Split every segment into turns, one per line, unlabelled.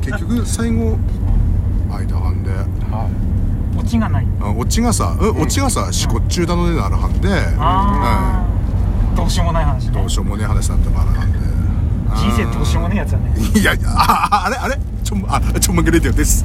結局最後間半で
オチがない
あオチがさ、うん、オチがさしこっちゅうだのねなるはんで、
ああどうしようもない話ね
うんどうしようもねえ話だったからなんで
人生どうしようもねえやつだね
いやいやあああれあれちょんあちょんまげレディオです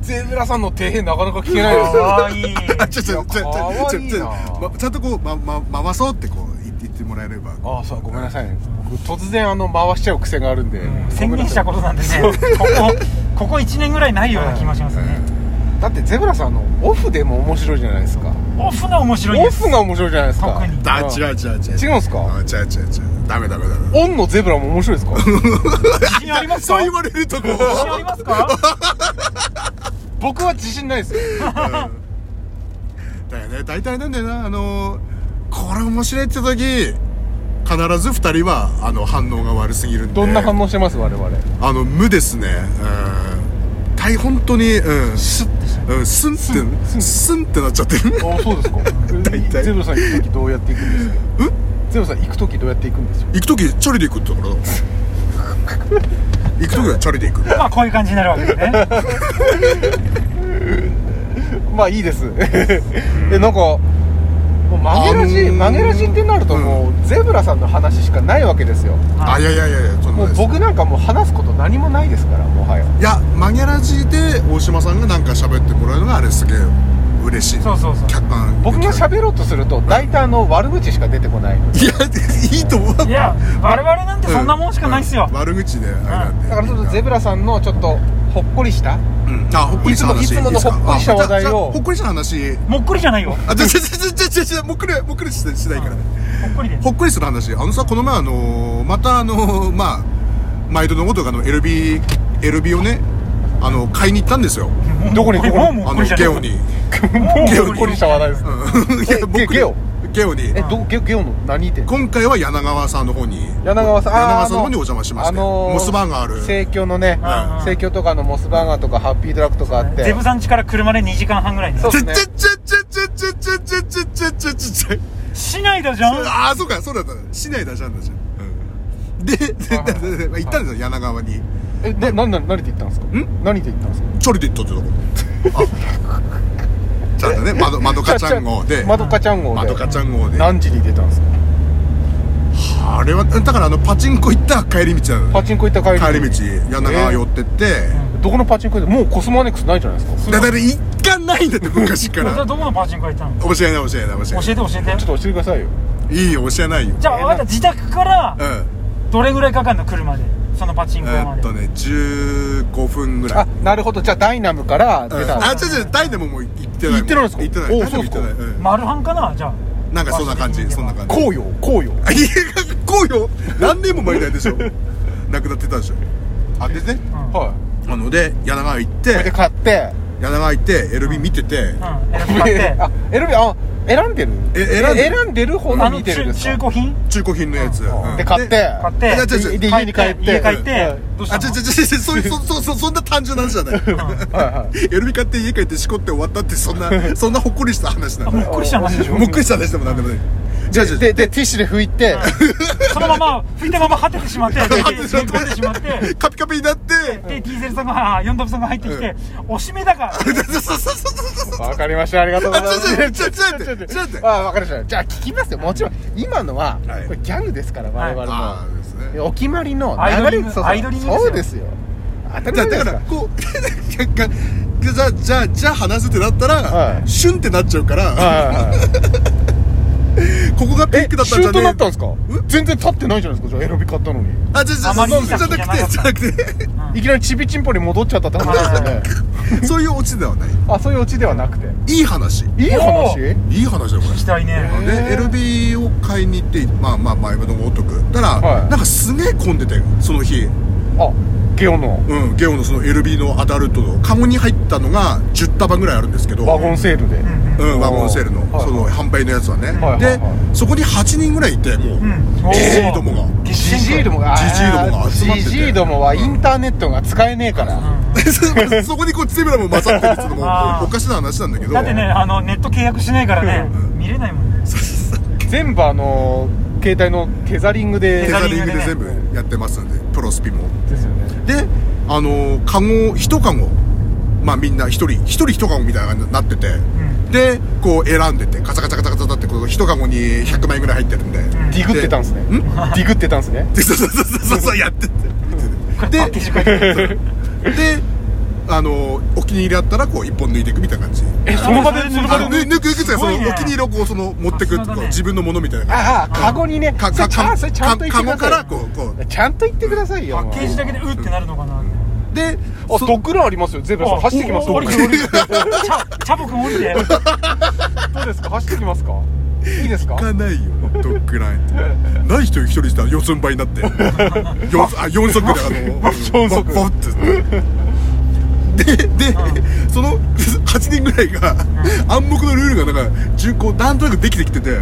ゼブラさんの底辺なかなか聞けない
か
よ
わいい
あちょちょちょちょ
かわ
ち
い
ょ
い
ちょ
な
まちゃんとこう、まま、回そうってこう言って言ってもらえれば
ああそうごめんなさいね僕突然あの回しちゃう癖があるんで
宣言したことなんでねここここ1年ぐらいないような気もしますね
だってゼブラさんあのオフでも面白いじゃないですか
オフが面白いん
オ
です
フが面白いじゃないですか
特に
だ
うん
違う違う違う
違うんすか
あ違う違う違うダメダメダメ
オンのゼブラも面白いですか
自信あります
そう
か
言
自
われるとこ
信ありますか
僕は自信ないですよ
だよね大体なんだよなあのーこれ面白いって時必ず二人はあの反応が悪すぎるんで
どんな反応してます我々
あの無ですねうん大本当にうん
スッてした
うんスンって
スン
スンってなっちゃってる
あそう ですか
大体
ゼブラさん行く時どうやって行くんですかゼブラさん行く時どうやって行くんですよ
行く時チャリで行くってことだから 行く時はチャリで行く
まあこういう感じになるわけですね
まあいいですえなんかもう曲げラジ、
あのー
曲げラジってなるともう、ゼブラさんの話しかないわけですよ
あいやいやいやいやそんな
もう
です
僕なんかもう話すこと何もないですからもはや
いやマゲラジで大島さんがなんか喋ってもらうのがあれすげえ嬉しい
そうそうそう
客観
僕が喋ろうとすると大体あの悪口しか出てこない
いやいいと 思う
いや我々なんてそんなもんしかないっすよ
うん悪口であれなんで
だからちょっとゼブ
ラ
ラさんのちょっとほっこりした
あほっこりした話
いつもいつものほっこりした
いいですか
話
あじゃあじ
題を
ゃあほっこりした話
もっこりじゃないよ
あじゃあじゃあじゃあじゃあじゃあじゃあもっくりもっくりししないからね
ほっこりで
ほっこりする話あのさこの前あのーまたあのーまあ毎度のごとくあの LB LB をねあの買いに行ったんですよ
どこにどこ
もう
に
も
あ
っこ
の
りじゃ
ゲオ
ない
に
よ
も
ゲオ
うほっこりした話題です
うんい
え
や僕
ゲオ
ゲオに
えどゲゲオの何店
今回は柳川さんの方に
柳川さんあー
柳川さんの
あ
方
の
にお邪魔しまして、
あのー
モスバーガーある
生協のね
うん
生協とかのモスバーガーとかハッピードラッグとかあって
ゼブさん家から車で2時間半ぐらいね
そう
ち
で
ょ
す
ちょ
ね
ちょちょちょちょちょちょちょちょちょちょ
市内だじゃん
ああそうかそうだった市内だじゃんだじゃん、うん、でで
はい
ででで行ったんですよ柳川に
えな何何何で言ったんですか
ん
何で言ったんですか
チョリで行ったってとこあちゃんとねまどまどかちゃん号で
まどかちゃん号で
まどかちゃん号で
何時に出たんですか
あれはだからあのパチンコ行った帰り道なの
パチンコ行った帰
帰
り
り道柳川寄ってって、
どこのパチンコでもうコスモアネックスないじゃないですか
だから一貫ないんだって昔
じ
か
ゃあ
ら
どこのパチンコ行ったの
教えない教えない教
教
え
えて
な
教え
ち
て
ょっと教えてくださいよ
いいいよ教えないよ
じゃあ分かった自宅から
うん
どれぐらいかかるの車でそのパチン
え
コ屋ま
ーっ
で
とね15分ぐら
あ
い
なるほどじゃあダイナムから出た
あ違う違うタイでももう行ってない
行ってないんですか
行ってない
おう
タイでも行ってない
そう
うん
丸半かなじゃあ
なんかそんな感
マ
じ
ジで
そんな感じ
紅葉紅葉
あいやこうよ何年も前だよで しょ亡くなってたでしょあでね
は
あので柳川行っ
いで
て
買って
柳川行ってエルビ見てて
うん選び買って
あ選びあ選んでる
え選んでる
選んでる方
あ
の
の
見てる
中
んですか
中古品
中古品のやつうん
で買って
買っ
い
て
やちょちょ
でで
帰
家に帰って
家帰って
うん
どうし
あ
た
ちょ
の
ちょちょちょそういうそそそそんな単純な話じゃない
はいはい
エルビ買って家帰ってしこって終わったってそんなそんなほっこりした話なん
もっ
だ
こりした話でしょ
もっくりした話でもなんでもないじゃあじゃあ
ででティッシュで拭いて
そのまま拭いたまま果ててしまってでで
果
で
て
で
てしまって
でしまって
カピカピになって
でディーゼルさんが4ドブさんが入ってきておしめだから
わかりましたありがとうございます
あちょちょちょちょちょちょちょちょちょちょ
あわかりましたじゃあ聞きますよもちろん今のは
はい
これギャグですから我
あ
々
あですね
のお決まりの
アイド
流
リ
れ
ング
そうそう
アイドリングですよ
そうですよ当たり
じゃあ
前じ
だ
ゃ
か
ないです
ら
か
こうじゃあじゃあじゃあ話すってなったら、
はい
シュンってなっちゃうから、
はいはいはい
ここがピ
え
ークだった
シ
んじゃ
ュート
ね
に
え
なったんですか全然立ってないじゃないですかじゃあ選び買ったのに
あじゃあじゃあ
あまりに
じゃあじゃなくてじゃなく
いきなりちびちんぽに戻っちゃったって話ですよね
てそういうオチではない
あそういうオチではなくて
いい話
いい
お
話
ー
いい話だよこれ
したいね
で LB を買いに行ってまあまあ前ほどもおっとくたら、
はい
なんかすげえ混んでてその日、
あゲオの
うん、ゲオのその LB のアダルトのカゴに入ったのが10束ぐらいあるんですけど
ワゴンセールで
うん、ワゴンセールの
はい
その販売のやつはね、
はい
で、
はいはい
そこに8人ぐらいいてもう、
ん
ジジイどもが
ジジイどもが
ジジイどもが集まってて
ジジイどもはインターネットが使えねえから
で そこにこうゼブラも混ざってるっていうの も
あー
おかしな話なんだけど
だってねあのネット契約しないからね見れないもんね
全部あのー携帯のテザリングで
テ
ザ
ザ
リ
リ
ン
ン
グ
グ
でね
で全部やってますんでプロスピも
ですよね
であのカゴ一カゴまあみんな一人一人一カゴみたいな感じになってて、
ん
でこう選んでてカチャカチャカチャカチャってこう一カゴに100枚ぐらい入ってるんで、
ん
ディグってたんですね
ん
ディグってたんですね
でそうそうそうそうそうやってて
これパッケージこ
でであのお気に入りあったらこう一本抜いていくみたいな感じ
えその場でその
あ
場
の
で
ぬ抜く抜くって
す
そ
ご
のお
い
気
ね
に入りをこうその持ってく
さすがだ
こ
ね
う自分のものみたいな感
ああカゴにね
か
それちゃん
か
それちゃんと言って
か
く
か
ださい
か
よ
らこうこう
ちゃんと言ってくださいよ
パッケージだけでうってなるのかな
じで
あ
そ
ドッグランありますよゼブラさん
あ
走ってきます
お
よ
お降りて降りてチャチャボくん降りて
どうですか走ってきますかいいですか
行かないよドッグラン ってない人一人したら四つん這いになって四つあ四足であの
四足
ポッってでで、その8人ぐらいが、暗黙のルールがなんか順行なんとなくできてきてて、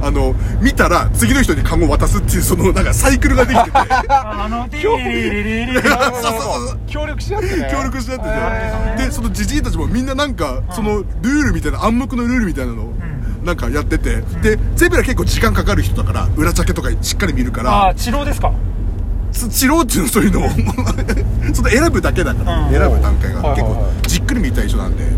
あの見たら次の人にカゴ渡すっていうそのなんかサイクルができ てて
あのティリリリリリリ
そう
あ
そうそう
協力し合ってね
協力し合ってて、
へ
でそのじじいたちもみんななんか、そのルールみたいな暗黙のルールみたいなのをなんかやってて、でゼブラ結構時間かかる人だから裏ジャケとかしっかり見るから
あ治療ですか
つ治療っていうのそういうの をその選ぶだけだから、
うん
選ぶ段階が、
はいは
結
いはい
構じっくり見たい人なんで、
ん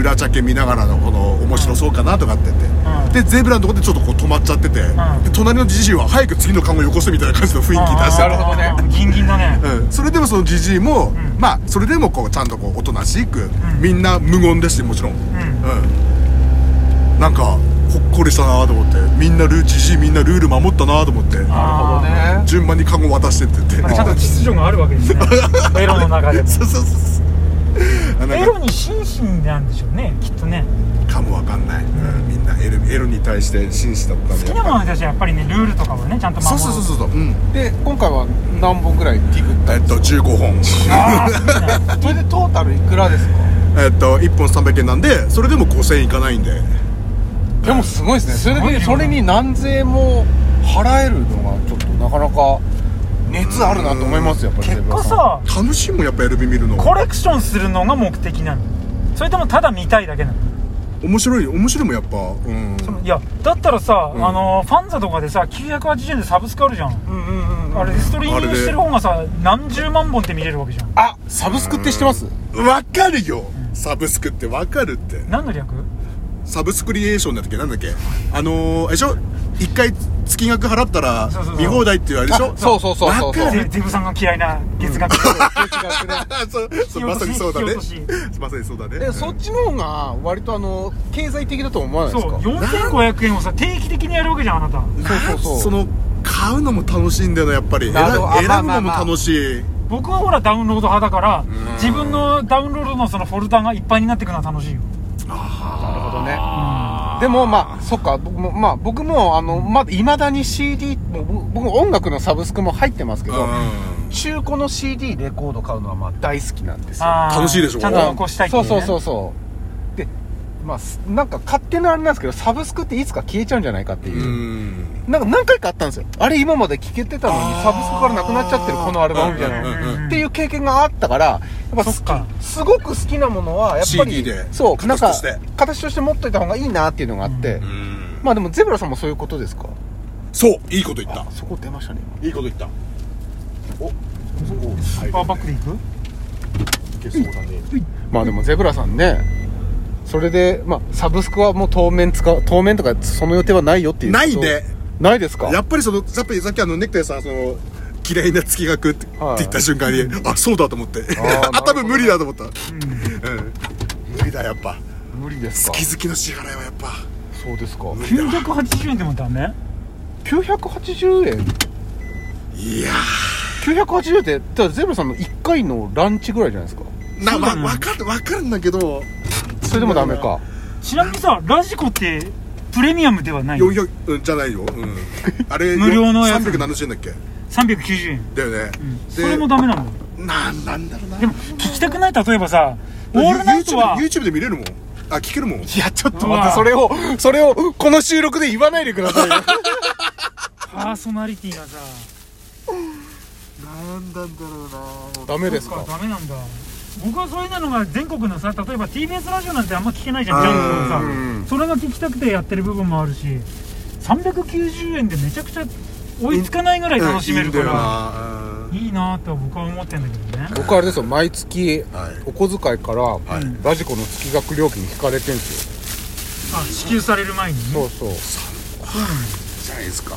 裏ジャケ見ながらのこの面白そうかなとかって言って、でゼブラのとこでちょっとこう止まっちゃってて、
ん
で隣のじじいは早く次の看護よこせみたいな感じの雰囲気出して
なるほどね
ギンギンだね
うん、それでもそのじじいも、
ん
まあそれでもこうちゃんとこうおとなしく、
ん
みんな無言ですしもちろん、うんなんかほっこりしたなと思ってみんなルーじじいみんなルール守ったなと思って
なるほどね
順番にカゴ渡してってって、
まあちゃんと秩序があるわけですねエロの中でも
そうそうそうそうあな
エ
ん
ロに真摯なんでしょうねきっとね
かかもわかんない、うん、みんなエロエロに対して真摯だったん
好きなものに対してはやっぱりねルールとかもねちゃんと守
そう
る
そうそうそうそううん
で今回は何本ぐらいディグっ
えっと15本
あー好きな
たそれでトータルいくらですか
えっと1本300円なんでそれでも5000円いかないんで
でもすごいですねそれだ
すごい
け
ね
それに何千円も払えるのがちょっとなかなか熱あるなと思いますよやっぱり
結
ゼブ
果
ラん
さ
楽しいもんやっぱエルビ見るの
コレクションするのが目的なのそれともただ見たいだけなの
面白い面白いもんやっぱうん
そのいやだったらさ、あのファンザとかでさ980円でサブスクあるじゃん、
うんうんうん
あれストリーミン
あれ
グ
で
してる方がさ何十万本って見れるわけじゃん
あサブスクって知ってます
わかるよサブスクってわかるって
何の略
サブスクリエーションだったっけなんだっけあのー、あれでしょ一回月額払ったら
そうそうそう
見放題っていうあれでしょ
あそうそうそうそう
わかる
ゼゼブさんが嫌いな月額、
あそうそうまさにそうだね まさにそうだね
えそっちの方が割とあの経済的だと思わないで
そ
す
う
か
4500円をさ定期的にやるわけじゃんあなた
そう
そうそうそう
その買うのも楽しいんだよなやっぱり
なるほ
選
ど
ぶ
あ
選ぶ
まあまあ
のも
まあ
楽しい
僕はほらダウンロード派だから自分のダウンロードのそのフォルダがいっぱいになってくのは楽しいよ
なるほどねでもまあそっか僕もまあ僕もあのまだいまだに CD もう僕僕音楽のサブスクも入ってますけど
う
中古の CD レコード買うのはまあ大好きなんですよ
あー
楽しいでしょ
ちゃんと残したいってい、
そうう
ね、
そうそううそうでまあすなんか勝手なあれなんですけどサブスクっていつか消えちゃうんじゃないかっていう、
ん
なんか何回かあったんですよあれ今まで聴けてたのにサブスクからなくなっちゃってるこのアルバムみたいな、
うんうんうん
っていう経験があったからやっぱ
そっか
すごく好きなものはやっぱり
CD で
そうな
形
んか
として
形として持っといた方がいいなっていうのがあって、
うん
まあでもゼブラさんもそういうことですか
そういいこと言った
あそこ出ましたね
いいこと言ったお
スーパーバックでいく
いけそうだね
今まあでもゼブラさんねそれで、まあ、サブスクはもう当面使う当面とかその予定はないよっていうこと
ないね
ないですか
やっぱりそのやっぱりさっきあのネクタイさんその嫌いな月額って,、
はい
って言った瞬間にあそうだと思って
あ
あ
ー
多分無理だと思った、うん無理だやっぱ
無理ですか
月々の支払いはやっぱ
そうですか
980円でもダメ
980円
いや
980円ってだからゼブラさんの1回のランチぐらいじゃないですか
ーな、ま
そうだね
分かる分かるんだけど
それでもダメか
ちなみにさラジコってプレミアムではないの
400、うん、じゃない よ、うん、あれ
無料のやつ
370円だっけ
390円
だよね、で
それもダメなんだ
なんなんだろうな
でも聞きたくない例えばさ「オ
ユ
ールナイト」は
YouTube, YouTube で見れるもんあ聞けるもん
いやちょっと
う
待っ
わ
てそれをそれをこの収録で言わないでくださいよ
パーソナリティがさ
なんなんだろうな
ダメですか
そっダメなんだ僕はそういうのが全国のさ例えば TBS ラジオなんてあんま聞けないじゃ
うんん
ジャンルのさそれが聞きたくてやってる部分もあるし390円でめちゃくちゃ追いつかないぐらい楽しめるか
いいんだ
ら
よなうん
いいなとは僕は思ってんだけどね
僕あれですよ毎月
はい
お小遣いから、
い
ラジコの月額料金引かれてんすよ
あ支給される前にね
そうそう
じゃないですか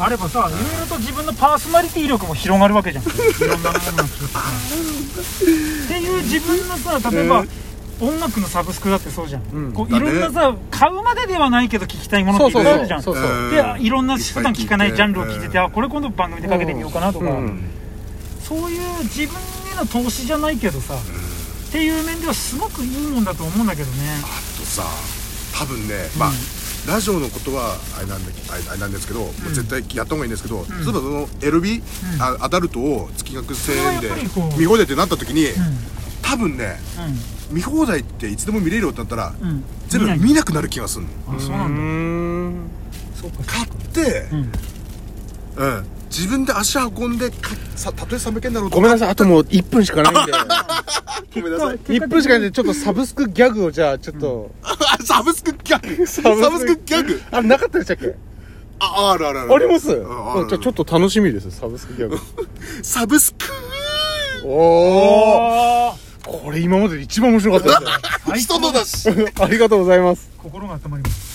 あればさいろいろと自分のパーソナリティ力も広がるわけじゃんいろんなものが聞くっていう自分のさ例えば、音楽のサブスクだってそうじゃん、
ん
こう
だ
い
ね
ろんなさ買うまでではないけど聞きたいもの
そ
っ
う
てい
そう
ろいろあるじ
そ
ゃん
うそうそう
うん
でいろんな普段聞かないジャンルを聞いてて、
うん
あこれ今度番組でかけてみようかなとか、
うん
そういう自分への投資じゃないけどさ、っていう面ではすごくいいもんだと思うんだけどね
あとさ多分ねまあ、ラジオのことはあれなんだあれあれなんですけど、もう絶対やった方がいいんですけど、例えばその LB、あアダルトを月額1000円で
それはやっぱりこう
見放題ってなった時に、
うん
多分ね見放題っていつでも見れるようになったら、
うんうん
全部
ない
見なくなる気がするの
あそうなんだ、
ん
そうか
買って、
うん
うん自分で足運んでかさたとえ300円だろうと
ごめんなさいあともう1分しかないんで
ごめんなさい
1分しかないんでちょっとサブスクギャグをじゃあちょっと、
サブスクギャグサブスクギャグ
あれなかったでしたっけ
ああるあるある
あります
うんある
じゃあちょっと楽しみですサブスクギャグ
サブスク
おお
あー
これ今までで一番面白かったです
人のだし
ねありがとうございます
心が温まります